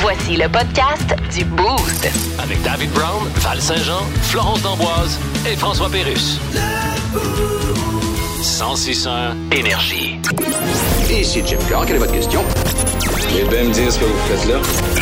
Voici le podcast du Boost. Avec David Brown, Val Saint-Jean, Florence D'Amboise et François Pérus. 1061 Énergie. Ici Jim Carr, quelle est votre question? Eh bien, me dire ce que vous faites là.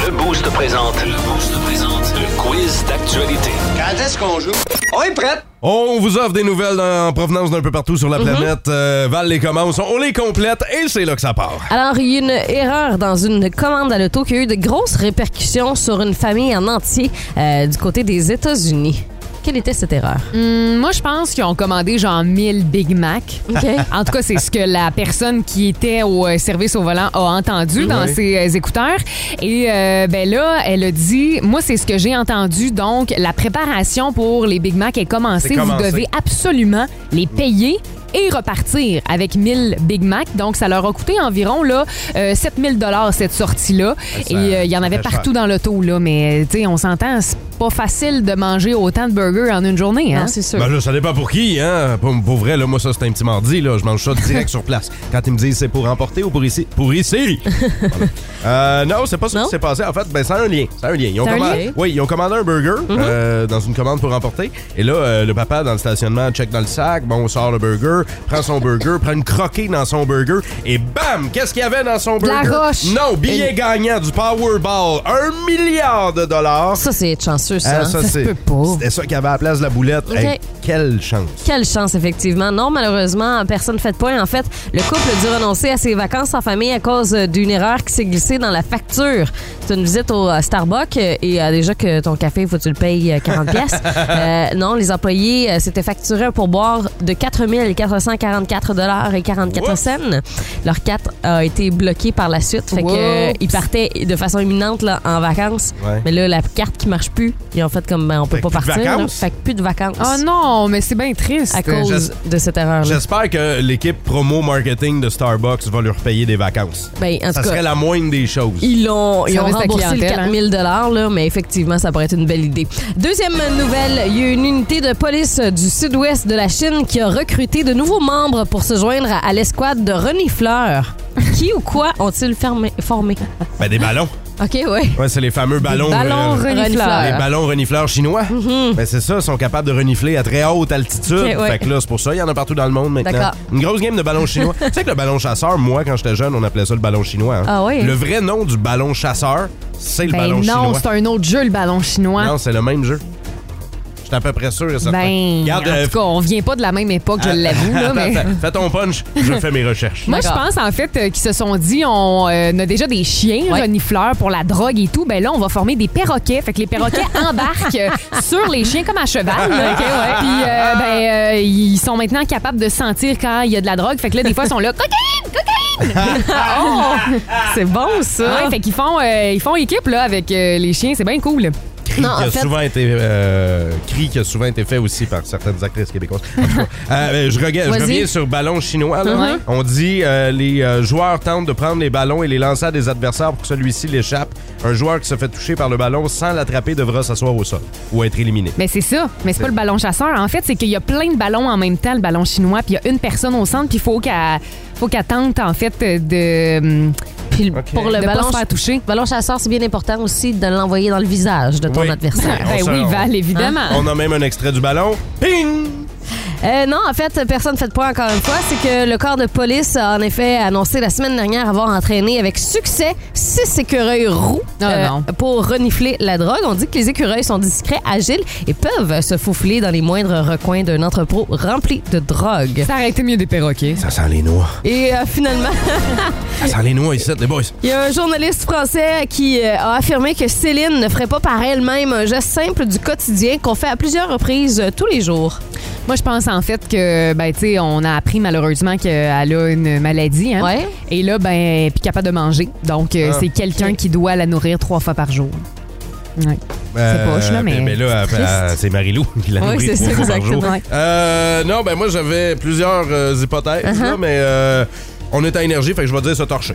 Le Boost présente. Le Boost présente. Le quiz d'actualité. Quand est-ce qu'on joue? On est prêt! On vous offre des nouvelles en provenance d'un peu partout sur la planète. Euh, Val les commence, on les complète et c'est là que ça part. Alors, il y a une erreur dans une commande à l'auto qui a eu de grosses répercussions sur une famille en entier euh, du côté des États-Unis. Quelle était cette erreur? Hum, moi, je pense qu'ils ont commandé genre 1000 Big Mac. OK. En tout cas, c'est ce que la personne qui était au euh, service au volant a entendu dans ses euh, écouteurs. Et euh, ben là, elle a dit, moi, c'est ce que j'ai entendu. Donc, la préparation pour les Big Mac est commencée. C'est commencé. Vous devez absolument les payer et repartir avec 1000 Big Mac. Donc, ça leur a coûté environ là, euh, 7000 dollars cette sortie-là. ça- Et euh, il y en avait très partout cher. dans l'auto, là. Mais, tu sais, on s'entend, c'est pas facile de manger autant de burgers en une journée, hein? Non, c'est sûr. Ben là, ça dépend pour qui, hein? Pour, pour vrai, là, moi, ça, c'est un petit mardi, là. Je mange ça direct sur place. Quand ils me disent c'est pour emporter ou pour ici. Pour ici! Pardon. Euh, non, c'est pas ça Non? qui s'est passé. En fait, ben, ça a un lien. Ça a un lien. Ils ont, Ça a un commandé- lien? Mhm. Oui, ils ont commandé un burger euh, dans une commande pour emporter. Et là, euh, le papa, dans le stationnement, check dans le sac. Bon, on sort le burger, prend son burger, prend une croquée dans son burger. Et bam! Qu'est-ce qu'il y avait dans son De la burger? roche. Non, billet gagnant du Powerball. Un milliard de dollars. Ça, c'est chanceux, ça. Ah, hein? ça, se c'est- peut pas. C'était ça qu'il y avait à la place de la boulette. Ok. Hey, quelle chance. Quelle chance, effectivement. Non, malheureusement, personne ne fait de point. En fait, le couple a dû renoncer à ses vacances en famille à cause d'une erreur qui s'est glissée dans la facture. C'est une visite au euh, Starbucks euh, et euh, déjà que ton café, faut que tu le payes euh, 40 pièces. non, les employés euh, s'étaient facturés un pourboire de 4 444 dollars et 44 Oups. cents. Leur carte a été bloquée par la suite. Fait que, euh, Oups. ils partaient de façon imminente là, en vacances. Ouais. Mais là, la carte qui marche plus, ils ont fait comme ben, on peut Fait pas que plus de partir. là. vacances. Fait que plus de vacances Oh non, mais c'est bien triste. à cause j'es- de cette erreur-là. J'espère que l'équipe promo marketing de Starbucks va leur payer des vacances. Ben, en Ça tout serait cas, la moindre des choses. ils l'ont ils ont Service à remboursé le clientèle, 4000 dollars là, mais effectivement, ça pourrait être une belle idée. Deuxième nouvelle, il y a une unité de police du sud-ouest de la Chine qui a recruté de nouveaux membres pour se joindre à, à l'escouade de René Fleur. Qui ou quoi ont-ils fermé- formé? Ben, des ballons. OK, oui. Ouais, c'est les fameux ballons. ballons euh, renifleurs. les ballons renifleurs chinois. Ben, c'est ça, ils sont capables de renifler à très haute altitude. Mm-hmm. Ok, ouais. Fait que là, c'est pour ça, il y en a partout dans le monde maintenant. D'accord. Une grosse game de ballons chinois. tu sais que le ballon chasseur, moi, quand j'étais jeune, on appelait ça le ballon chinois. hein. Ah oui? Le vrai nom du ballon chasseur, c'est le Ben ballon non, chinois. c'est un autre jeu, le ballon chinois. Non, c'est le même jeu. J'étais à peu près sûr et certain. ben, Regarde, en euh, Ah, tout cas, on vient pas de la même époque, je l'avoue, là, Attends, mais... attends, fais ton punch, je fais mes recherches. Moi, je D'accord. pense, en fait, euh, qu'ils se sont dit, on, euh, on a déjà des chiens Ouais. renifleurs pour la drogue et tout. Ben là, on va former des perroquets. Fait que les perroquets embarquent euh, sur les chiens comme à cheval. là. Puis, euh, ben, euh, ils sont maintenant capables de sentir quand il y a de la drogue. Fait que là, des fois, ils sont là, cocaïne, cocaïne! oh! C'est bon, ça. Ouais, fait qu'ils font, euh, ils font équipe, là, avec euh, les chiens. C'est bien cool. Cri Non, en qui a fait- souvent été euh, cri qui a souvent été fait aussi par certaines actrices québécoises. En tout cas, euh, je, regarde- je Vas-y. reviens sur ballon chinois. là. Ouais. On dit euh, les euh, joueurs tentent de prendre les ballons et les lancer à des adversaires pour que celui-ci l'échappe. Un joueur qui se fait toucher par le ballon sans l'attraper devra s'asseoir au sol ou être éliminé. Mais c'est ça. Mais c'est pas le ballon chasseur. En fait, c'est qu'il y a plein de ballons en même temps, le ballon chinois, puis il y a une personne au centre, puis il faut qu'elle faut qu'elle tente, en fait, euh, de. Puis Ok. pour le de ballon, pas se faire toucher. ballon chasseur, c'est bien important aussi de l'envoyer dans le visage de ton Oui. adversaire. On Ben se- oui, on- Hein? Val, évidemment. On a même un extrait du ballon. Ping! Euh, non, en fait, personne ne fait de point encore une fois. C'est que le corps de police a en effet annoncé la semaine dernière avoir entraîné avec succès six écureuils roux euh, Ah, non. pour renifler la drogue. On dit que les écureuils sont discrets, agiles et peuvent se faufiler dans les moindres recoins d'un entrepôt rempli de drogue. Ça aurait été mieux des perroquets. Ça sent les noix. Et euh, finalement, Ça sent les noix ici, les boys. il y a un journaliste français qui euh, a affirmé que Céline ne ferait pas par elle-même un geste simple du quotidien qu'on fait à plusieurs reprises euh, tous les jours. Moi, je pense en fait que, ben, tu sais, on a appris malheureusement qu'elle a une maladie. Hein? Ouais. Et là, ben, elle est plus capable de manger. Donc, euh, Ah. c'est quelqu'un qui doit la nourrir trois fois par jour. Ouais. poche, là, mais ben là, c'est elle- triste. elle- c'est Marie-Lou qui l'a Oui, nourri c'est trois ça, fois par exactement. jour. Euh, non, ben moi, j'avais plusieurs euh, Uh-huh. hypothèses, là, mais euh, on est à énergie, fait que je vais dire se torcher.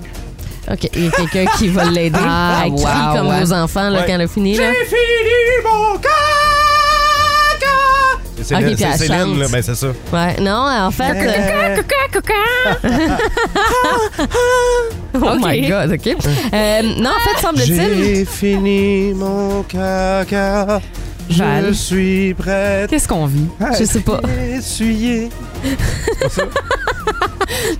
OK, il y a quelqu'un qui va l'aider. Ah, Elle crie wow, comme ouais. nos enfants là, Ouais. quand elle a fini. Là. fini mon caca! C'est C'est Ok, puis c'est elle chante. Céline, là. Ben, c'est ça. Ouais, non, en fait. euh, oh my God, OK. Euh, non, en fait, semble-t-il. J'ai fini mon caca. Je Val. suis prête. Qu'est-ce qu'on vit? à Je sais pas. Essuyer.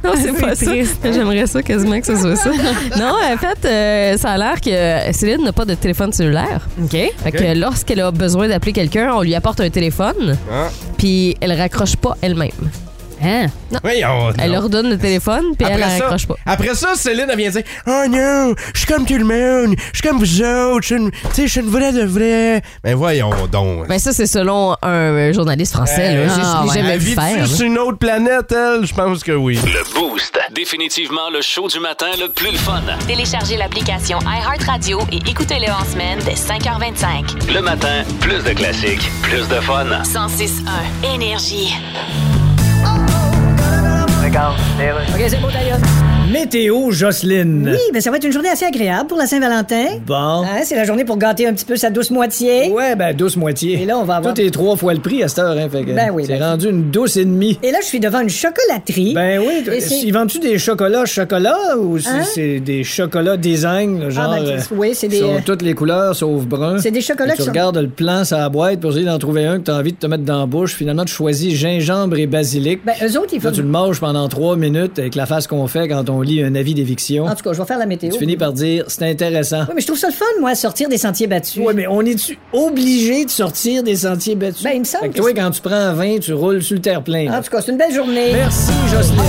Non, c'est pas ça. J'aimerais ça quasiment que ce soit ça. Non, en fait, euh, ça a l'air que Céline n'a pas de téléphone cellulaire. OK. Fait que lorsqu'elle a besoin d'appeler quelqu'un, on lui apporte un téléphone, Hein? puis elle raccroche pas elle-même. Hein? Voyons. Elle donc. leur donne le téléphone, puis elle la Après ça- raccroche pas. Après ça, Céline, elle vient dire Oh non, je suis comme tout le monde, je suis comme vous autres, je suis une, tu sais, je suis une vraie de vraie. Mais voyons donc. Ben ça, c'est selon un journaliste français. Euh, là. J'ai- ah, je l'ai ouais. jamais Elle vu vit-tu faire. là. sur une autre planète, elle Je pense que oui. Le Boost. Définitivement le show du matin le plus le fun. Téléchargez l'application iHeartRadio et écoutez-le en semaine dès 5h25. Le matin, plus de classiques, plus de fun. 106.1 Énergie. Météo Jocelyne. Oui, ben ça va être une journée assez agréable pour la Saint-Valentin. Bon. Hein, c'est la journée pour gâter un petit peu sa douce moitié. Ouais, ben douce moitié. Et là, on va avoir- Tout est trois fois le prix à cette heure, hein, fait que Ben oui, C'est ben- rendu une douce et demie. Et là, je suis devant une chocolaterie. Ben oui, Et c'est- ils vendent-tu des chocolats chocolat ou si Hein? c'est des chocolats design, là, genre... ben, c'est- oui, c'est des, Sur euh, toutes les couleurs, sauf brun. c'est des chocolats Et Tu qui sont- regardes le plan sur la boîte pour essayer d'en trouver un que t'as envie de te mettre dans la bouche. Finalement, tu choisis gingembre et basilic. Ben, eux autres, ils font. Là, tu le manges pendant trois minutes avec la face qu'on fait quand on lit un avis d'éviction. En tout cas, je vais faire la météo. Tu finis par dire, c'est intéressant. Oui, mais je trouve ça le fun, moi, sortir des sentiers battus. Ouais, mais on est-tu obligé de sortir des sentiers battus? Ben, il me semble Fait que que toi, c'est- quand tu prends 20, tu roules sur le terre-plein. En tout cas, c'est une belle journée. Merci, Jocelyne.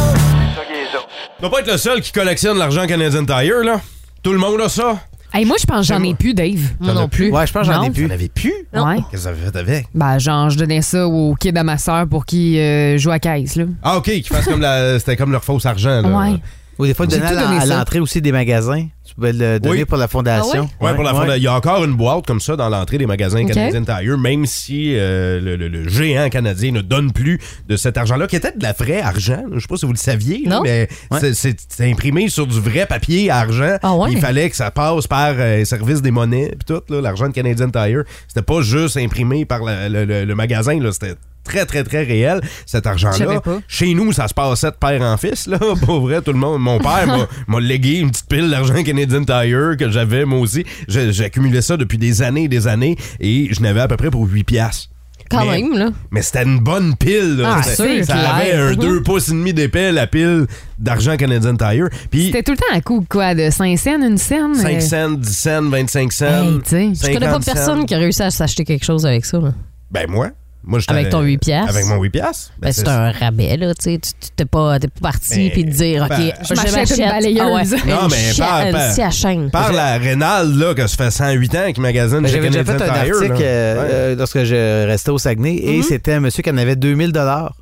Tu dois pas être le seul qui collectionne l'argent Canadian Tire, là. Tout le monde a ça. Hey, moi, je pense que j'en ai plus, Dave. Moi non plus. Ouais, je pense que j'en ai Non. Ben, plus. J'en avais plus. Non. Ouais. Qu'est-ce que vous avez fait avec? Ben, genre, je donnais ça au kid à ma sœur pour qu'il euh, joue à caisse, là. Ah, OK, qu'ils fassent comme la. C'était comme leur fausse argent, là. Ouais. Ou des fois, J'ai donner à tout donné l'en- à ça. l'entrée aussi des magasins. Tu peux le donner Oui. pour la fondation. Ah Ouais, pour la ouais. fondation. Il y a encore une boîte comme ça dans l'entrée des magasins Ok. Canadian Tire, même si euh, le, le- le géant canadien ne donne plus de cet argent-là, qui était de la vraie argent. Je sais pas si vous le saviez, là, Non. mais Ouais. c'est- c'est c'est imprimé sur du vrai papier à argent. Ah ouais? Il fallait que ça passe par euh, service des monnaies, puis tout, là, l'argent de Canadian Tire. C'était pas juste imprimé par la- le, le- le magasin, là, c'était très, très, très réel, cet Je savais argent-là. pas. Chez nous, ça se passait de père en fils, là. Pour vrai, tout le monde. Mon père m'a- m'a légué une petite pile d'argent Canadian Tire que j'avais, moi aussi. Je- J'accumulais ça depuis des années et des années et je n'avais à peu près pour 8 piastres. Quand Mais- même, là. Mais c'était une bonne pile, là. Ah, C'était- c'est ça clair. avait un Mhm. 2 pouces et demi d'épais, la pile d'argent Canadian Tire. Puis C'était tout le temps un coup, quoi, de 5 cents, une Euh, scène? 5 cents, 10 cents, 25 cents. Hey, tu sais, Je connais pas 50 cents. personne qui a réussi à s'acheter quelque chose avec ça. là. Ben, moi. Moi, j'étais- Avec ton 8 piastres. Avec mon 8 piastres. Ben, c'est un rabais, là, tu sais. Tu tu- t'es pas, t'es pas parti Ben, puis te dire, OK, ben, je Ah m'achète une balayeuse. Non, Non, mais mais par- par- à chaîne. Par la rénale, là, que ça fait 108 ans qu'il magasine Mais chez Ben, J'avais déjà Canadian fait un Tire, article là. euh, Ouais. euh, lorsque je restais au Saguenay Mm-hmm. et c'était un monsieur qui en avait 2000 dollars.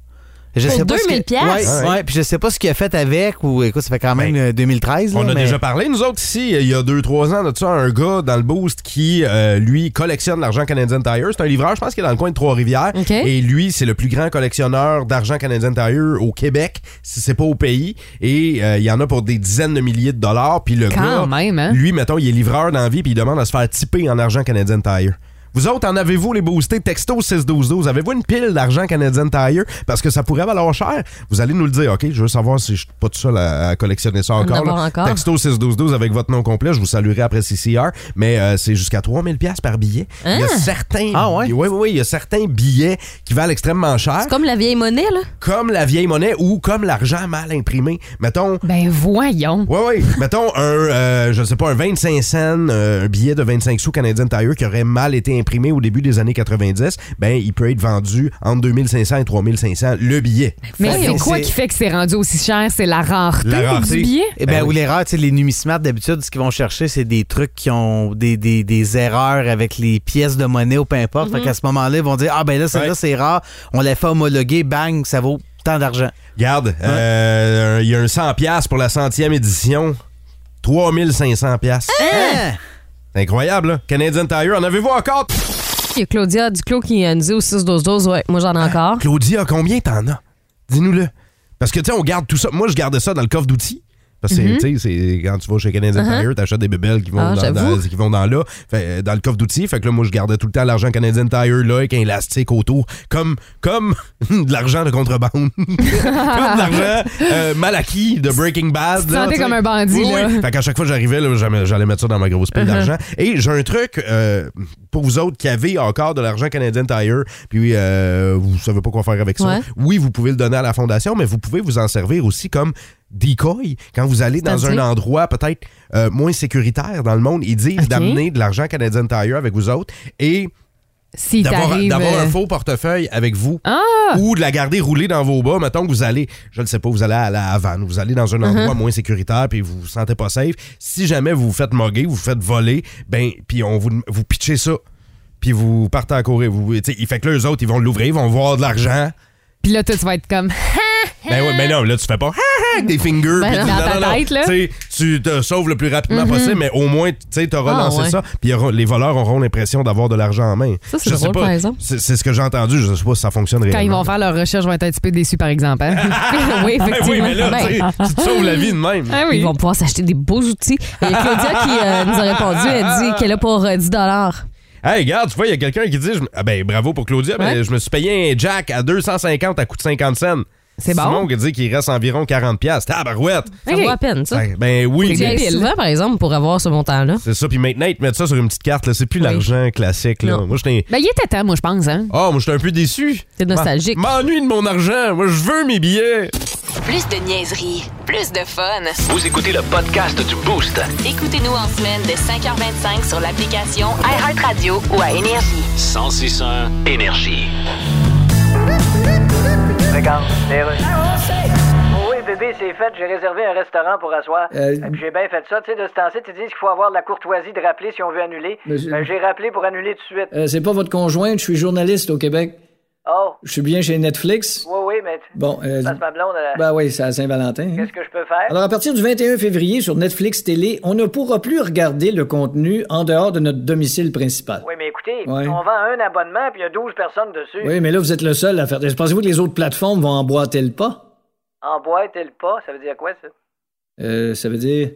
Je Pour sais pas ce que- 2000 piastres? Ouais, Ouais. ouais, puis je sais pas ce qu'il a fait avec ou écoute, ça fait quand même euh, 2013 là, Ben, On a mais- déjà parlé, nous autres, ici, il y a 2-3 ans, de ça, un gars dans le Boost qui, euh, lui, collectionne l'argent Canadian Tire. C'est un livreur, je pense qu'il est dans le coin de Trois-Rivières. OK. Et lui, c'est le plus grand collectionneur d'argent Canadian Tire au Québec, si c'est pas au pays. Et euh, il y en a pour des dizaines de milliers de dollars. Puis le Quand gars, même, hein? lui, mettons, il est livreur dans la vie, puis il demande à se faire tiper en argent Canadian Tire. Vous autres, en avez-vous les boostés texto 61212? Avez-vous une pile d'argent Canadian Tire? Parce que ça pourrait valoir cher. Vous allez nous le dire, OK? Je veux savoir si je suis pas tout seul à, à collectionner ça encore. avoir là. encore. Texto 61212 avec votre nom complet. Je vous saluerai après CCR. Mais euh, c'est jusqu'à 3000 pièces par billet. Il y Hein? a certains, Ah ouais? oui, oui, oui, il y a certains billets qui valent extrêmement cher, C'est comme la vieille monnaie, là. comme la vieille monnaie ou comme l'argent mal imprimé. Mettons, Ben, voyons. oui, oui. Mettons un, euh, je sais pas, un 25 cents, euh, un billet de 25 sous Canadian Tire qui aurait mal été imprimé au début des années 90, ben il peut être vendu entre 2500 et 3500 le billet. Mais Voyons, c'est quoi c'est- qui fait que c'est rendu aussi cher? C'est la rareté, La rareté. du billet? Eh ben, Ben ou oui. l'erreur, tu sais, les numismates d'habitude, ce qu'ils vont chercher, c'est des trucs qui ont des, des, des erreurs avec les pièces de monnaie ou peu importe. Fait qu'à ce moment-là, ils vont dire Ah, ben là, celle-là, Ouais. c'est rare, on l'a fait homologuer, bang, ça vaut tant d'argent. Regarde, euh, il y a un 100 pièces pour la centième édition, 3500 pièces. Hein? C'est incroyable, là. Canadian Tire, en avez-vous encore? Pff, Il y a Claudia Duclos qui euh, nous dit au 6-12-12, ouais, moi j'en Ah. ai encore. Claudia, combien t'en as? Dis-nous-le. Parce que, tu sais, on garde tout ça. Moi, je gardais ça dans le coffre d'outils. Parce que, Mhm. tu sais, c'est- quand tu vas chez Canadian Uh-huh. Tire, t'achètes des bébelles qui vont, Ah, dans, j'avoue. dans- qui vont dans là, fait, euh, dans le coffre d'outils. Fait que là, moi, je gardais tout le temps l'argent Canadian Tire là, avec un élastique autour, comme, comme de l'argent de contrebande. comme de l'argent euh, mal acquis de Breaking Bad. te là, tu sentais sais. comme un bandit, Oui, là. oui. Fait qu'à chaque fois que j'arrivais, là, j'allais j'allais mettre ça dans ma grosse pile Uh-huh. d'argent. Et j'ai un truc euh, pour vous autres qui avez encore de l'argent Canadian Tire, puis euh, vous savez pas quoi faire avec ça. Ouais. Oui, vous pouvez le donner à la fondation, mais vous pouvez vous en servir aussi comme decoy. Quand vous allez dans un C'est-à-dire? endroit peut-être euh, moins sécuritaire dans le monde, ils disent d'amener de l'argent Canadian Tire avec vous autres et Si d'avoir t'arrives. d'avoir euh, un faux portefeuille avec vous Ah! ou de la garder roulée dans vos bas. Mettons que vous allez, je ne sais pas, vous allez à la Havane, vous allez dans un endroit moins sécuritaire puis vous vous sentez pas safe. Si jamais vous vous faites moguer, vous vous faites voler, ben puis on vous, vous pitchez ça. Puis vous partez à courir. Vous, tu sais, il fait que là, eux autres, ils vont l'ouvrir, ils vont voir de l'argent. Puis là, toi, tu vas être comme. Ben oui, mais non, là, tu fais pas Ah, ah, avec des fingers. Ben puis non, tu- dans non, ta non, non. tête, là. Tu sais, Tu te sauves le plus rapidement possible, mais au moins, tu sais, t'auras Ah, lancé ouais. ça. Puis il y aura- les voleurs auront l'impression d'avoir de l'argent en main. Ça, c'est Je sais drôle, pas, par exemple. C'est c'est ce que j'ai entendu. Je sais pas si ça fonctionne Quand ils réellement. vont faire leur recherche, ils vont être un petit peu déçus, par exemple. hein? oui, Ben effectivement. oui, mais là, Ben. tu sais, tu te sauves la vie de même. Ah oui. Ils vont pouvoir s'acheter des beaux outils. Il y a Claudia qui euh, nous a répondu, elle dit qu'elle a pour euh, 10 Hey, regarde, tu vois, il y a quelqu'un qui dit je me- ah ben, bravo pour Claudia, mais Ouais. je me suis payé un jack à 250 à coût de 50 cents. C'est bon. Simon qui dit qu'il reste environ 40 piastres. Ah, barouette! Ça Ok. vaut à peine, ça. Ben, ben oui, Tu mais- payes souvent, par exemple, pour avoir ce montant-là. c'est ça. Puis maintenant, ils te mettent ça sur une petite carte. là. C'est plus Oui. l'argent classique. Là. Non. Moi, j'étais Ben, il était temps, moi, je pense. Hein? oh, moi, j'étais un peu déçu. T'es nostalgique. M'ennuie de mon argent. Moi, je veux mes billets. Plus de niaiserie, plus de fun. Vous écoutez le podcast du Boost. Écoutez-nous en semaine de 5h25 sur l'application iHeartRadio ou à Énergie. 1061 Énergie. Oh Oui, bébé, c'est fait. J'ai réservé un restaurant pour asseoir. Euh. J'ai bien fait ça. Tu sais, de ce temps-ci, tu dis qu'il faut avoir de la courtoisie de rappeler si on veut annuler. Ben, j'ai rappelé pour annuler tout de suite. euh, c'est pas votre conjointe. Je suis journaliste au Québec. Oh. Je suis bien chez Netflix. Oui, oui, mais... Bon, euh... ma blonde... Ben oui, c'est à Saint-Valentin. Qu'est-ce que je peux faire? Alors, à partir du 21 février, sur Netflix Télé, on ne pourra plus regarder le contenu en dehors de notre domicile principal. Oui, mais écoutez, on vend un abonnement, puis il y a 12 personnes dessus. Oui, mais là, vous êtes le seul à faire... Pensez-vous que les autres plateformes vont emboîter le pas? Emboîter le pas, ça veut dire quoi, ça? Euh, ça veut dire.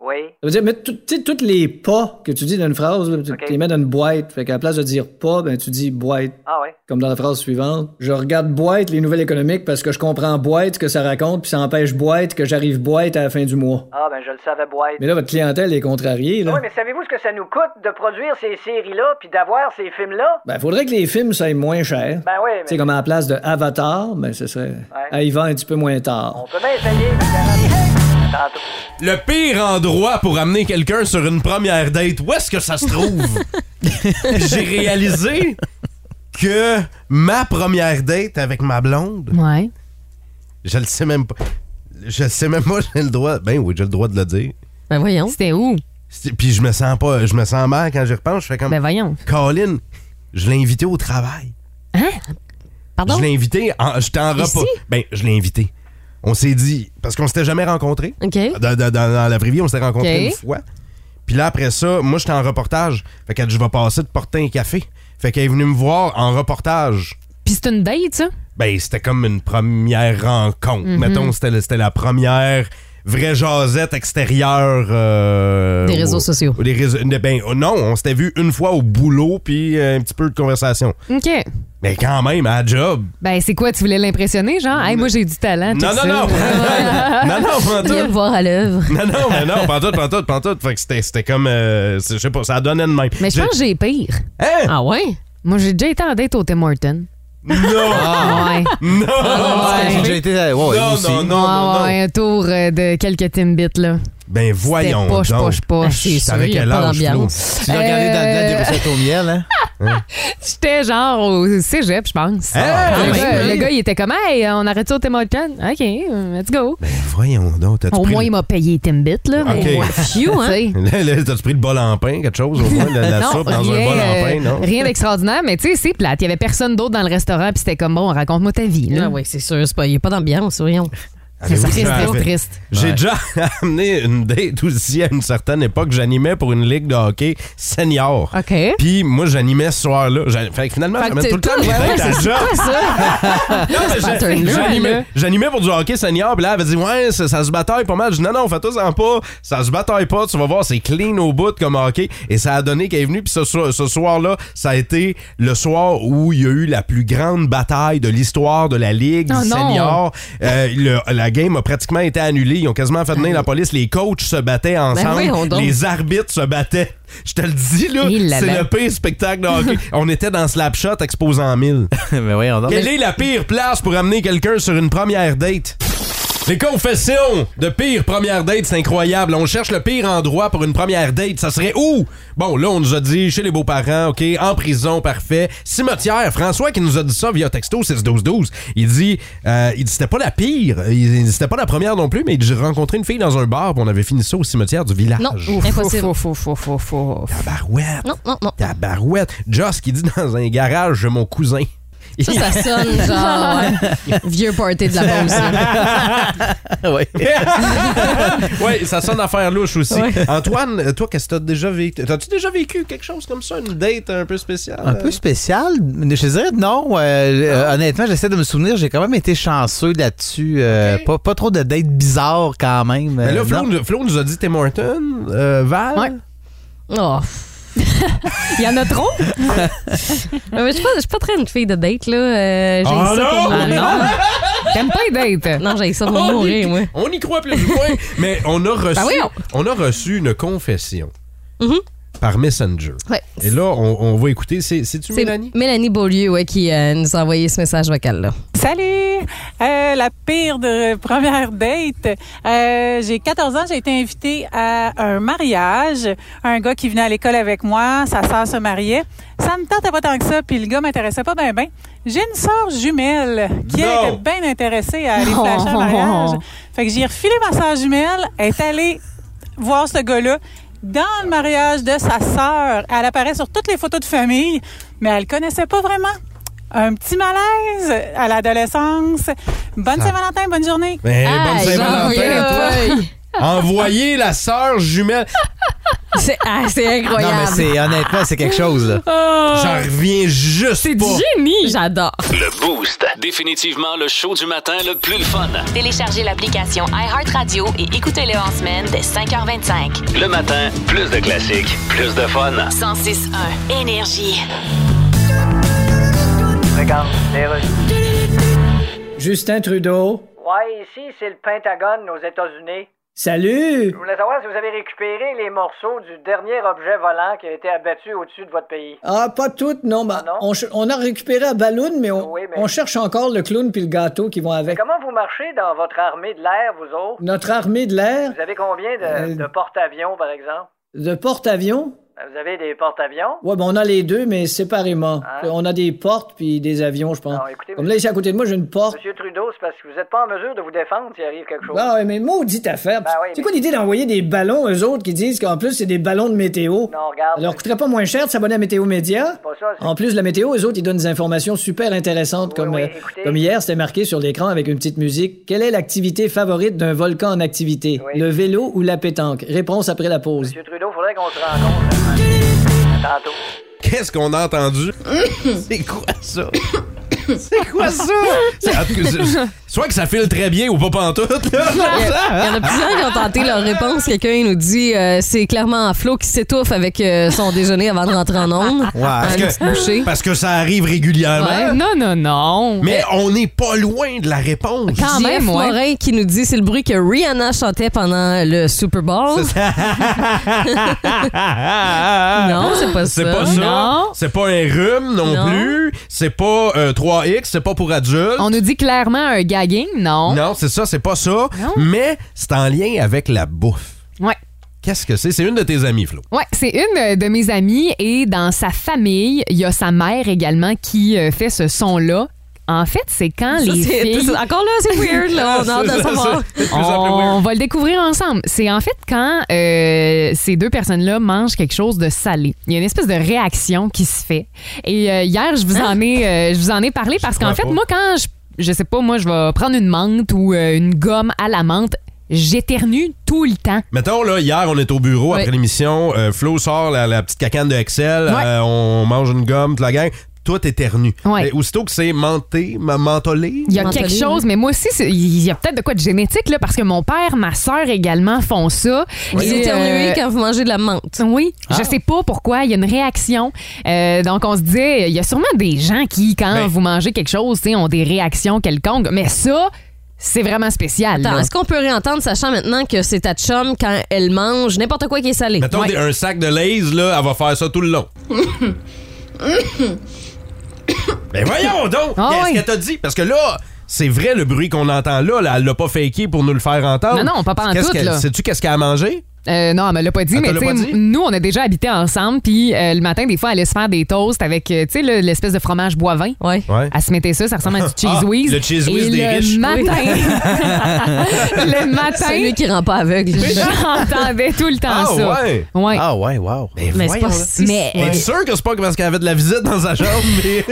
Oui. Ça veut dire mettre tout- tu sais, tous les pas que tu dis dans une phrase, là, tu tu les mets dans une boîte. Fait qu'à la place de dire pas, ben, tu dis boîte. Ah ouais. Comme dans la phrase suivante. Je regarde boîte les nouvelles économiques parce que je comprends boîte ce que ça raconte, puis ça empêche boîte que j'arrive boîte à la fin du mois. Ah ben je le savais boîte. Mais là, votre clientèle est contrariée, là. Oui, mais savez-vous ce que ça nous coûte de produire ces séries-là puis d'avoir ces films-là? Ben, faudrait que les films soient moins chers. Ben oui, Tu sais, comme à la place de Avatar, ben, ce serait. Ah, il vend un petit peu moins tard. Le pire endroit pour amener quelqu'un sur une première date, où est-ce que ça se trouve? J'ai réalisé que ma première date avec ma blonde, Ouais. je le sais même pas. Je le sais même pas, j'ai le droit. Ben oui, j'ai le droit de le dire. Ben voyons. C'était où? C'est- Puis je me sens pas, je me sens mal quand j'y repense. Je fais comme, Ben, voyons. Colin, je l'ai invité au travail. Hein? Pardon? Je l'ai invité, en- j'étais en Ici? repas. Ben, je l'ai invité. On s'est dit, parce qu'on s'était jamais rencontrés. OK. Dans, dans- dans- dans la vraie vie, on s'était rencontrés Ok. une fois. Puis là, après ça, moi, j'étais en reportage. Fait qu'elle dit, je vais passer de porter un café. Fait qu'elle est venue me voir en reportage. Puis c'est une date, ça? Ben, c'était comme une première rencontre. Mhm. Mettons, c'était le- c'était la première vraie jasette extérieure. euh, Des réseaux au- sociaux. au- des réseaux- ben, oh, non, on s'était vu une fois au boulot, puis euh, un petit peu de conversation. OK. Mais quand même, à la job. Ben, c'est quoi? Tu voulais l'impressionner, genre? Hey, moi, j'ai du Ah, talent. tout Non, non, ça. non. non, non, Viens pantoute. me voir à l'œuvre. Non, non, mais non, pantoute, pantoute, pantoute. Fait que c'était c'était comme, euh, c'est- je sais pas, ça donnait de même. Mais je pense que j'ai pire. Hein? Ah ouais? Moi, j'ai déjà été en date au Tim Hortons. Non! Ah, ouais. Non! Ouais, j'ai déjà été. Ouais, ouais, Non, aussi. non, non, Oh, non, Ah, non. ouais, un tour euh, de quelques Timbits, là. Ben C'était voyons poche, donc. poche, Ah, poche. c'est sûr, Avec il n'y a quel pas âge, d'ambiance. Tu l'as regardé dans le dedans des recettes au miel, hein? J'étais genre au cégep, je pense. Hey! le, gars, Hey! le gars, il était comme, hey, on arrête ça au Tim Hortons? OK, let's go. Ben voyons donc, t'as-tu Au pris moins, il m'a payé les Timbits, là. OK. mais- Phew, hein? Tu sais. Là, là, T'as-tu pris le bol en pain, quelque chose, au moins, la, la Non, soupe dans un bol en pain, non? euh, rien d'extraordinaire, mais tu sais, c'est plate. Il y avait personne d'autre dans le restaurant, puis c'était comme, bon, raconte-moi ta vie. Là. Ah oui, c'est sûr, c'est pas- il n'y a pas d'ambiance, voyons. Avez-vous triste, déjà trop fait- triste. J'ai déjà amené une date aussi à une certaine époque. J'animais pour une ligue de hockey Ah, senior. OK. Fait Puis moi, j'animais ce soir-là. J'a- Fait que finalement, que j'amène t'es Ah, tout le temps tout- mes ouais, ouais, dates à c'est job. quoi ça? Non, mais Ce j'a- pattern-là, là. j'animais- J'animais pour du hockey senior, puis là, elle avait dit Ouais, ça, ça se bataille pas mal. Je dis Non, non, fais-toi-en pas, ça se bataille pas, tu vas voir, c'est clean au bout comme hockey. Et ça a donné qu'elle est venue, puis ce, so- ce soir-là, ça a été le soir où il y a eu la plus grande bataille de l'histoire de la Ligue Oh non. senior. Euh, le- la game a pratiquement été annulée. Ils ont quasiment fait venir la police. Les coachs se battaient ensemble, Ben voyons donc. Eh les arbitres se battaient. Je te le dis, là, Il l'avait. c'est le pire spectacle de hockey. On était dans Slapshot exposant 1000. Ah, Mais oui, on Quelle est la pire place pour amener quelqu'un sur une première date? Les confessions de pire première date, c'est incroyable. On cherche le pire endroit pour une première date. Ça serait où? Bon, là, on nous a dit chez les beaux-parents, OK, en prison, parfait. Cimetière, François qui nous a dit ça via texto 6-12-12. Il dit, euh, il dit, c'était pas la pire. Il, il- c'était pas la première non plus, mais j'ai rencontré une fille dans un bar, puis on avait fini ça au cimetière du village. Non, impossible. Faut, faut, faut, faut, faut. Tabarouette. Non, non, non. Tabarouette. Joss qui dit dans un garage, j'ai mon cousin. Ça, ça sonne genre ouais, vieux party de la pause. là. oui, ça sonne affaire louche aussi. Antoine, euh, toi, qu'est-ce que t'as déjà vécu? T'as-tu déjà vécu quelque chose comme ça, une date un peu spéciale? Euh, Un peu spécial. mais Je te dirais non. euh, euh, honnêtement, j'essaie de me souvenir. J'ai quand même été chanceux là-dessus. euh, Ok. pas, pas trop de dates bizarres quand même. Mais là, euh, Flo, non. nous- Flo nous a dit Tim Horton, euh, Val. Ouais. Oh. Il y en a trop? Mais je suis pas, je suis pas très une fille de date, là. Euh, j'ai Ah ça pour non? mourir. Ah T'aimes pas les dates? Non, j'ai ça pour on, y, mourir, moi. on y croit plus ou moins. Mais on a reçu, Ben voyons. on a reçu une confession Mhm. par Messenger. Ouais. Et là, on, on va écouter. C'est- C'est-tu C'est Mélanie? Mélanie Beaulieu ouais, qui euh, nous a envoyé ce message vocal-là. Salut! Euh, la pire de première date. Euh, j'ai 14 ans, j'ai été invitée à un mariage. Un gars qui venait à l'école avec moi, sa sœur se mariait. Ça me tentait pas tant que ça, puis le gars m'intéressait pas bien ben. J'ai une sœur jumelle qui elle, Non. était bien intéressée à aller flasher un mariage. Fait que j'ai refilé ma sœur jumelle, elle est allée voir ce gars-là dans le mariage de sa sœur. Elle apparaît sur toutes les photos de famille, mais elle le connaissait pas vraiment. Un petit malaise à l'adolescence. Bonne Saint-Valentin, bonne journée. Ben, bonne Aïe, Saint-Valentin à toi. Jean-Pierre, ouais. Envoyez la sœur jumelle. C'est ah, c'est Non, mais incroyable. c'est honnêtement, c'est quelque chose. Là. J'en reviens juste pas. Génie! J'adore. Le Boost. Définitivement le show du matin le plus le fun. Téléchargez l'application iHeartRadio et écoutez-le en semaine dès 5h25. Le matin, plus de classiques, plus de fun. 106.1 Énergie. Regarde, les Russes. Justin Trudeau. Ouais, ici, c'est le Pentagone aux États-Unis. Salut! Je voulais savoir si vous avez récupéré les morceaux du dernier objet volant qui a été abattu au-dessus de votre pays. Ah, pas toutes, non. mais Ah, non? On, ch- on a récupéré un ballon, mais on, Oui, mais- on cherche encore le clown puis le gâteau qui vont avec. Comment vous marchez dans votre armée de l'air, vous autres? Notre armée de l'air, Vous avez combien de, Euh, de porte-avions, par exemple? de porte-avions. Vous avez des porte-avions? Ouais, ben on a les deux, mais séparément. Ah. On a des portes puis des avions, je pense. Non, écoutez, Comme là, ici à côté de moi, j'ai une porte. Monsieur Trudeau, Ah c'est parce que vous n'êtes pas en mesure de vous défendre s'il arrive quelque chose. Ah ouais, mais maudite affaire. Ben oui, c'est mais- quoi l'idée d'envoyer des ballons, eux autres, qui disent qu'en plus, c'est des ballons de météo? Non, regarde. Ça leur coûterait pas moins cher de s'abonner à Météo Média? Pas ça, c'est- En plus, la météo, eux autres, ils donnent des informations super intéressantes, Oui, comme, oui, euh, écoutez. comme hier, c'était marqué sur l'écran avec une petite musique. Quelle est l'activité favorite d'un volcan en activité? Oui. Le vélo ou la pétanque? Réponse après la pause. Monsieur Trudeau, faudrait qu'on se rencontre. À Tantôt. Qu'est-ce qu'on a entendu? C'est quoi ça? C'est quoi ça? C'est- en tout cas, c'est- Soit que ça file très bien ou pas pantoute, là. Il y, a, il y en a plusieurs qui ont tenté leur réponse. Quelqu'un nous dit euh, c'est clairement Flo qui s'étouffe avec euh, son déjeuner avant de rentrer en onde. Ouais. Un Parce petit boucher. que, parce que ça arrive régulièrement. Euh, Non, non, non. Mais on n'est pas loin de la réponse. Quand JF même, ouais. Morin qui nous dit c'est le bruit que Rihanna chantait pendant le Super Bowl. non, c'est Ah, pas ça. C'est pas ça. Non. C'est pas un rhume non, Non. plus. C'est pas euh, 3X. C'est pas pour adultes. On nous dit clairement un gagging, non. Non, c'est ça. C'est pas ça. Non. Mais c'est en lien avec la bouffe. Ouais. Qu'est-ce que c'est? C'est une de tes amies, Flo. Ouais, c'est une euh, de mes amies et dans sa famille, il y a sa mère également qui euh, fait ce son-là. En fait, c'est quand Ça, les c'est- filles. c'est- Encore là, c'est weird. Là, on a hâte de savoir. C'est de plus en plus Oh. weird. On va le découvrir ensemble. C'est en fait quand euh, ces deux personnes-là mangent quelque chose de salé. Il y a une espèce de Hein? réaction qui se fait. Et euh, hier, je vous en ai, euh, je vous en ai parlé parce crois qu'en fait, pas. moi, quand je je sais pas, moi, je vais prendre une menthe ou euh, une gomme à la menthe. J'éternue tout le temps. Mettons, là, hier, on est au bureau Oui. après l'émission. euh, Flo sort la, la petite cacane de Excel. euh, on mange une gomme, toute la gang. Toi, t'éternues. Ouais. Mais Aussitôt que c'est menté, ma- mentholé. Il y a quelque chose, mais moi aussi, c'est- il y a peut-être de quoi de génétique, là, parce que mon père, ma sœur également font ça. Vous Et, éternuez euh, quand vous mangez de la menthe. Oui, Ah. je sais pas pourquoi, il y a une réaction. Euh, donc, on se dit, il y a sûrement des gens qui, quand Ben. vous mangez quelque chose, tu sais, ont des réactions quelconques, mais ça, c'est vraiment spécial. Attends, là. est-ce qu'on peut réentendre, sachant maintenant que c'est ta chum quand elle mange n'importe quoi qui est salé? Mettons, Ouais. des- un sac de Lays, là, elle va faire ça tout le long. Mais Ben voyons donc! Ah Qu'est-ce qu'elle t'a dit? Parce que là, c'est vrai le bruit qu'on entend là, là, elle l'a pas faké pour nous le faire entendre. Non, non, pas pantoute, Qu'est-ce qu'elle- là. Sais-tu qu'est-ce qu'elle a mangé? Euh, non, elle me l'a pas dit, Ah, Elle te mais l'a tu sais, pas dit? m- nous, on a déjà habité ensemble, puis euh, le matin, des fois, elle allait se faire des toasts avec, euh, tu sais, le- l'espèce de fromage boivin. Ouais. Elle se mettait ça, ça ressemble à du cheese Ah, whiz. le cheese Et whiz des le riches. Matin, le matin. Celui qui rend pas aveugle. J'entendais tout le temps Ah, ça. ouais? Ah ouais, wow. Mais c'est pas si- Mais- Es-tu sûr que c'est pas parce qu'elle avait de la visite dans sa chambre? mais-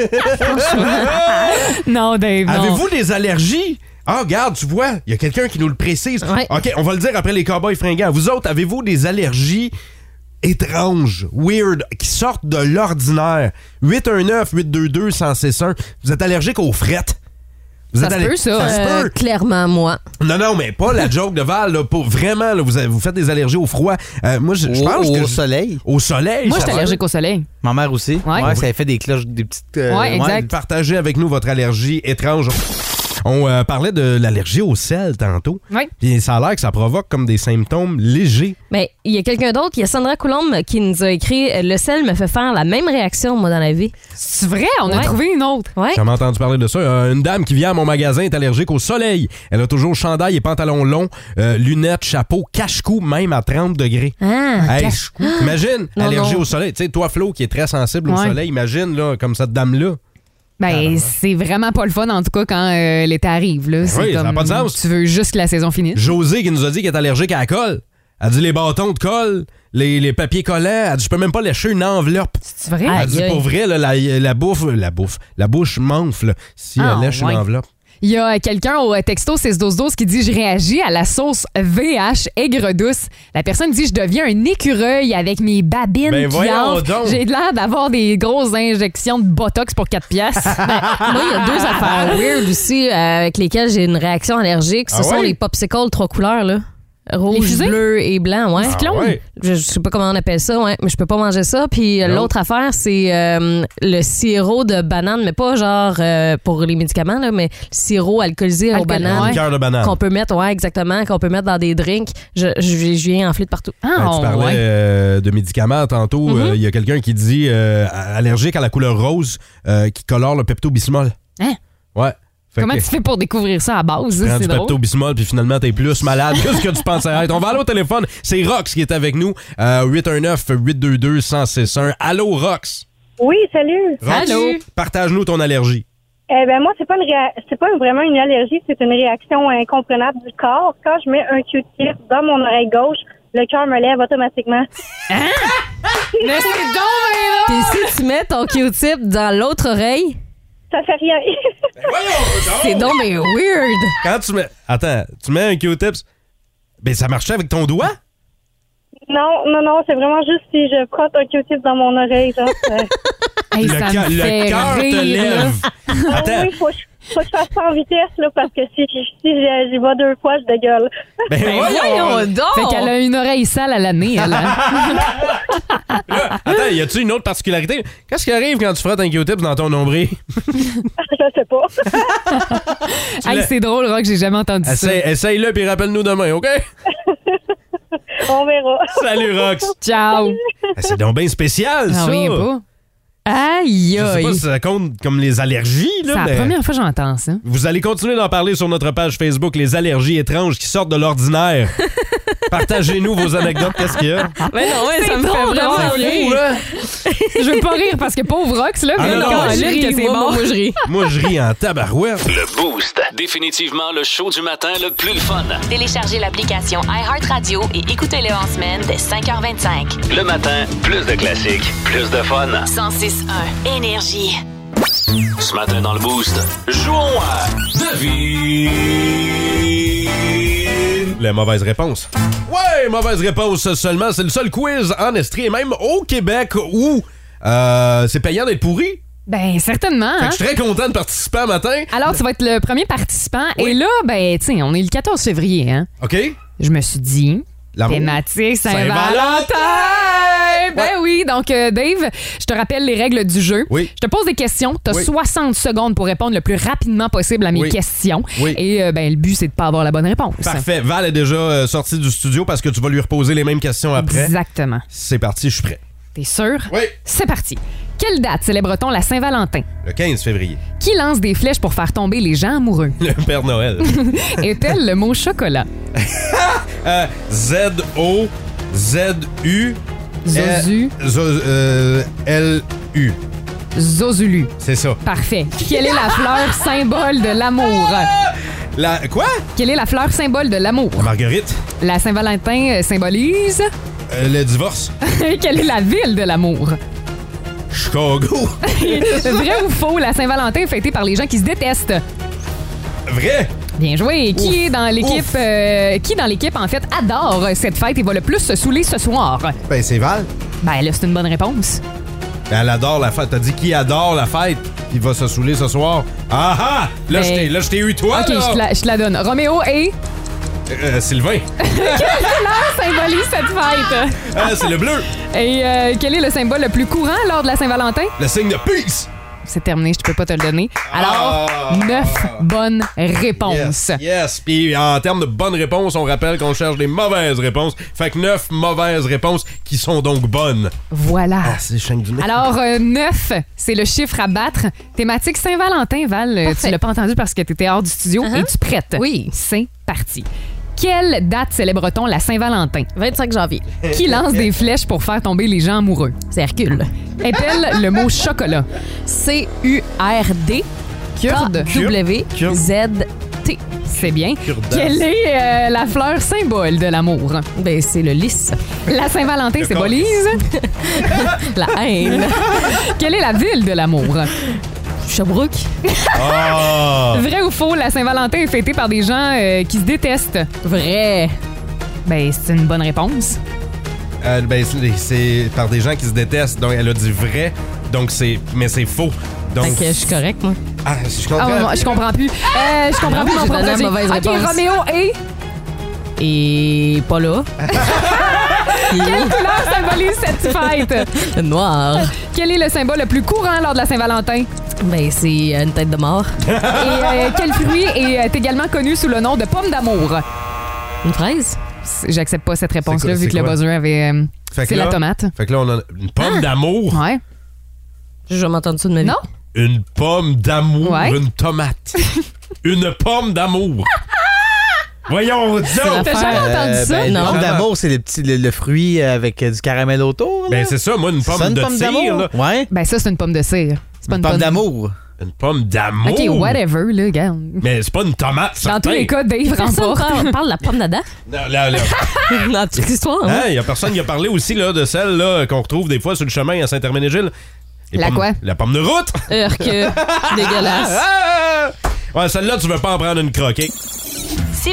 Ah, non, ben, Dave. non. Avez-vous des allergies? Ah, regarde, tu vois, il y a quelqu'un qui nous le précise. OK, on va le dire après les cowboys fringants. Vous autres, avez-vous des allergies étranges, weird, qui sortent de l'ordinaire? 819-822-161. Vous êtes allergique aux frettes? Vous êtes aller- Ça se Euh, peut. clairement, moi. Non, non, mais pas la joke de Val. là, pour, vraiment, là, vous, avez- vous faites des allergies au froid. Euh, moi, je, je pense au que je- soleil. Au soleil. Moi, je ça suis va. allergique au soleil. Ma mère aussi. Ouais. Ouais. ça fait des cloches, des petites. euh, Ouais, exact. Partagez avec nous votre allergie étrange. On euh, parlait de l'allergie au sel tantôt. Oui. Puis ça a l'air que ça provoque comme des symptômes légers. Mais il y a quelqu'un d'autre, il y a Sandra Coulombe qui nous a écrit euh, Le sel me fait faire la même réaction, moi, dans la vie. C'est vrai, on a trouvé une autre. Ouais. J'ai jamais entendu parler de ça. Euh, Une dame qui vient à mon magasin est allergique au soleil. Elle a toujours chandail et pantalon long, euh, lunettes, chapeau, cache-cou, même à 30 degrés. Ah, Hey, cache-cou. Imagine, Non, allergie non. au soleil. Tu sais, toi, Flo, qui est très sensible au Ouais. soleil, imagine, là, comme cette dame-là. Ah, Ben, c'est vraiment pas le fun, en tout cas, quand euh, l'été arrive. Là. C'est Ben oui, ça n'a comme, pas de sens. Tu veux juste que la saison finisse. José qui nous a dit qu'elle est allergique à la colle. Elle dit les bâtons de colle, les, les papiers collants. Elle dit je peux même pas lécher une enveloppe. C'est vrai? Elle dit Aïe, aïe. pour vrai, là, la, la bouffe, la bouffe, la bouche ronfle si Ah, elle lèche ouais. une enveloppe. Il y a euh, quelqu'un au euh, texto 61212 qui dit Je réagis à la sauce VH aigre douce. La personne dit Je deviens un écureuil avec mes babines Ben qui voyons enflent. donc. J'ai l'air d'avoir des grosses injections de botox pour 4 piastres. Ben, ah, Moi, il y a deux affaires weird aussi euh, avec lesquelles j'ai une réaction allergique. Ce Ah sont ouais? les popsicles trois couleurs, là. Rouge, fusées? bleu et blanc, ouais. Les cyclones? Ah ouais. Je, je sais pas comment on appelle ça, ouais, mais je peux pas manger ça. Puis euh, Non. l'autre affaire, c'est euh, le sirop de banane, mais pas genre euh, pour les médicaments, là, mais le sirop alcoolisé aux Ah, Alcool- bananes. ouais. Liqueur de banane. Qu'on peut mettre, ouais, exactement, qu'on peut mettre dans des drinks. Je, je, je viens enfler de partout. Ben, Ah, tu parlais euh, de médicaments tantôt. Mhm. Euh, Il y a quelqu'un qui dit euh, allergique à la couleur rose euh, qui colore le Pepto-Bismol. Hein? Ouais. Fait Comment que- tu fais pour découvrir ça à base? hein? Prends C'est du drôle. Pepto-Bismol, puis finalement, t'es plus malade que ce que tu pensais être. On va aller au téléphone. C'est Rox qui est avec nous. Euh, 819-822-1061. Allô, Rox. Oui, salut. Rox, Partage-nous ton allergie. Eh ben moi, c'est pas une réa- c'est pas vraiment une allergie, c'est une réaction incompréhensible du corps. Quand je mets un Q-tip dans mon oreille gauche, le cœur me lève automatiquement. Mais c'est Ah! donc, Puis si tu mets ton Q-tip dans l'autre oreille, ça fait rien. c'est donc mais weird. Quand tu mets. Attends, tu mets un Q-tips. Ben, ça marchait avec ton doigt? Non, non, non, c'est vraiment juste si je frotte un Q-tip dans mon oreille, genre. euh, Le ça me cœur- le fait cœur te rire, là. lève. Ah oui, faut que, je- faut que je fasse ça en vitesse là, parce que si, si j'y j'y vais deux fois, je dégueule. Ben, voyons donc. Fait qu'elle a une oreille sale à l'année, elle. hein? Attends, y a-tu une autre particularité? Qu'est-ce qui arrive quand tu frottes un Q-tips dans ton nombril? je sais pas. Hey, c'est drôle, Rock, j'ai jamais entendu ça. Essaye- Essaye-le, puis rappelle-nous demain, OK? On verra. Salut, Rox. Ciao. Ah, C'est donc bien spécial, Ah ça. oui, pas. Aïe, Je sais pas si aïe. ça compte comme les allergies, C'est là. la mais- première fois que j'entends ça. Vous allez continuer d'en parler sur notre page Facebook, les allergies étranges qui sortent de l'ordinaire. Partagez-nous vos anecdotes, qu'est-ce qu'il y a? Mais non, ouais, C'est ça me fait drôle, vraiment hein, c'est rire. fou, là. Je veux pas rire parce que pauvre Rox, là, Ah, mais non, non, quand moi, elle je rit, ris, que c'est moi, bon. moi, je ris. Moi, je ris en tabarouette. Le Boost. Définitivement le show du matin le plus le fun. Téléchargez l'application iHeartRadio et écoutez-le en semaine dès 5h25. Le matin, plus de classiques, plus de fun. 106.1 Énergie. Ce matin dans le boost, jouons à Devine. La mauvaise réponse. Ouais, mauvaise réponse seulement. C'est le seul quiz en Estrie et même au Québec où euh, c'est payant d'être pourri. Ben, certainement. Fait hein? que je suis très content de participer un matin. Alors, tu vas être le premier participant. Et là, ben, tiens, on est le 14 février, hein? OK? Je me suis dit. L'amour. Thématique Saint-Valentin! Saint-Valentin! Ben oui, donc euh, Dave, je te rappelle les règles du jeu. Oui. Je te pose des questions. Tu as Oui. 60 secondes pour répondre le plus rapidement possible à mes Oui. questions. Oui. Et euh, ben, le but, c'est de pas avoir la bonne réponse. Parfait. Val est déjà euh, sorti du studio parce que tu vas lui reposer les mêmes questions après. Exactement. C'est parti, je suis prêt. T'es sûr? Oui. C'est parti. Quelle date célèbre-t-on la Saint-Valentin? Le 15 février. Qui lance des flèches pour faire tomber les gens amoureux? Le Père Noël. Est-elle le mot chocolat? Euh, Z-O-Z-U. Zozu. Euh, zo- euh, L-U. Zozulu. C'est ça. Parfait. Quelle est la fleur symbole de l'amour? La. Quoi? Quelle est la fleur symbole de l'amour? La Marguerite. La Saint-Valentin euh, symbolise. Euh, le divorce. Quelle est la ville de l'amour? Chicago. Vrai ou faux, la Saint-Valentin est fêtée par les gens qui se détestent. Vrai. Bien joué. Qui Ouf. est dans l'équipe, Ouf. euh, qui dans l'équipe en fait adore cette fête et va le plus se saouler ce soir? Ben, c'est Val. Ben là, c'est une bonne réponse. Ben, Elle adore la fête. T'as dit qui adore la fête? Il va se saouler ce soir. Ah ah! Là, Ben- je t'ai- là, je t'ai eu toi, Ok, là. je te la, je te la donne. Roméo et Euh, Sylvain. quelle couleur symbolise cette fête? Ah, c'est le bleu. Et euh, quel est le symbole le plus courant lors de la Saint-Valentin? Le signe de peace. C'est terminé, je peux pas te le donner. Alors, Ah. neuf bonnes réponses. Yes, yes. Puis en termes de bonnes réponses, on rappelle qu'on cherche des mauvaises réponses. Fait que neuf mauvaises réponses qui sont donc bonnes. Voilà. Ah, c'est chaîne du nez. Alors, 9, c'est le chiffre à battre. Thématique Saint-Valentin, Val. euh, Parfait. Tu l'as pas entendu parce que tu étais hors du studio. Uh-huh. Es-tu prête? Oui. C'est parti. Quelle date célèbre-t-on la Saint-Valentin? 25 janvier. Qui lance des flèches pour faire tomber les gens amoureux? C'est Hercule. Est-elle le mot chocolat? C-U-R-D. Kurde. W-Z-T. C'est bien. Kurdas. Quelle est euh, la fleur symbole de l'amour? Ben, c'est le lys. La Saint-Valentin Le symbolise. La haine. Quelle est la ville de l'amour? Ah. Sherbrooke. Ah! Vrai ou faux, la Saint-Valentin est fêtée par des gens euh, qui se détestent? Vrai. Ben, c'est une bonne réponse. Euh, ben, c'est- c'est par des gens qui se détestent. Donc elle a dit vrai. Donc c'est, mais c'est faux. Donc Fait que je suis correcte, moi. ah, je Ah, comprends. moi, je comprends plus. Euh, je comprends Ah, plus mon j'ai donné la pronostic. mauvaise OK, réponse. Roméo et Et pas là. quelle couleur symbolise cette fête? Le noir. Quel est le symbole le plus courant lors de la Saint-Valentin? Ben, c'est euh, une tête de mort. Et euh, quel fruit est euh, également connu sous le nom de pomme d'amour? Une fraise. C'est- J'accepte pas cette C'est quoi- réponse-là vu c'est que le quoi? buzzer avait... euh, Fait que c'est là- la tomate. Ah! Fait que là, on a une pomme d'amour, Ouais. J'ai jamais entendu ça de ma vie. Non? une pomme d'amour, Ouais. une tomate, une pomme d'amour. Voyons donc! T'as jamais entendu ça? ben, Non. Le pomme d'amour, c'est le, petit, le, le fruit avec euh, du caramel autour. là. Ben c'est ça, moi une pomme Ça, une de pomme cire, d'amour. là. Ouais. Ben ça, c'est une pomme de cire. C'est pas Une une pomme d'amour. une pomme d'amour. OK, whatever, là, regarde. Mais c'est pas une tomate. Dans tous les cas, Dave Personne remporte. parle, parle de la pomme d'Adam Non, là, là. dans toute l'histoire. Ah hein? Hein, y a personne qui a parlé aussi là, de celle là, qu'on retrouve des fois sur le chemin à Saint-Herménégil. Les La pommes- quoi? La pomme de route. Urk. Dégueulasse. Ah! Ouais, celle-là, tu veux pas en prendre une croquée. Si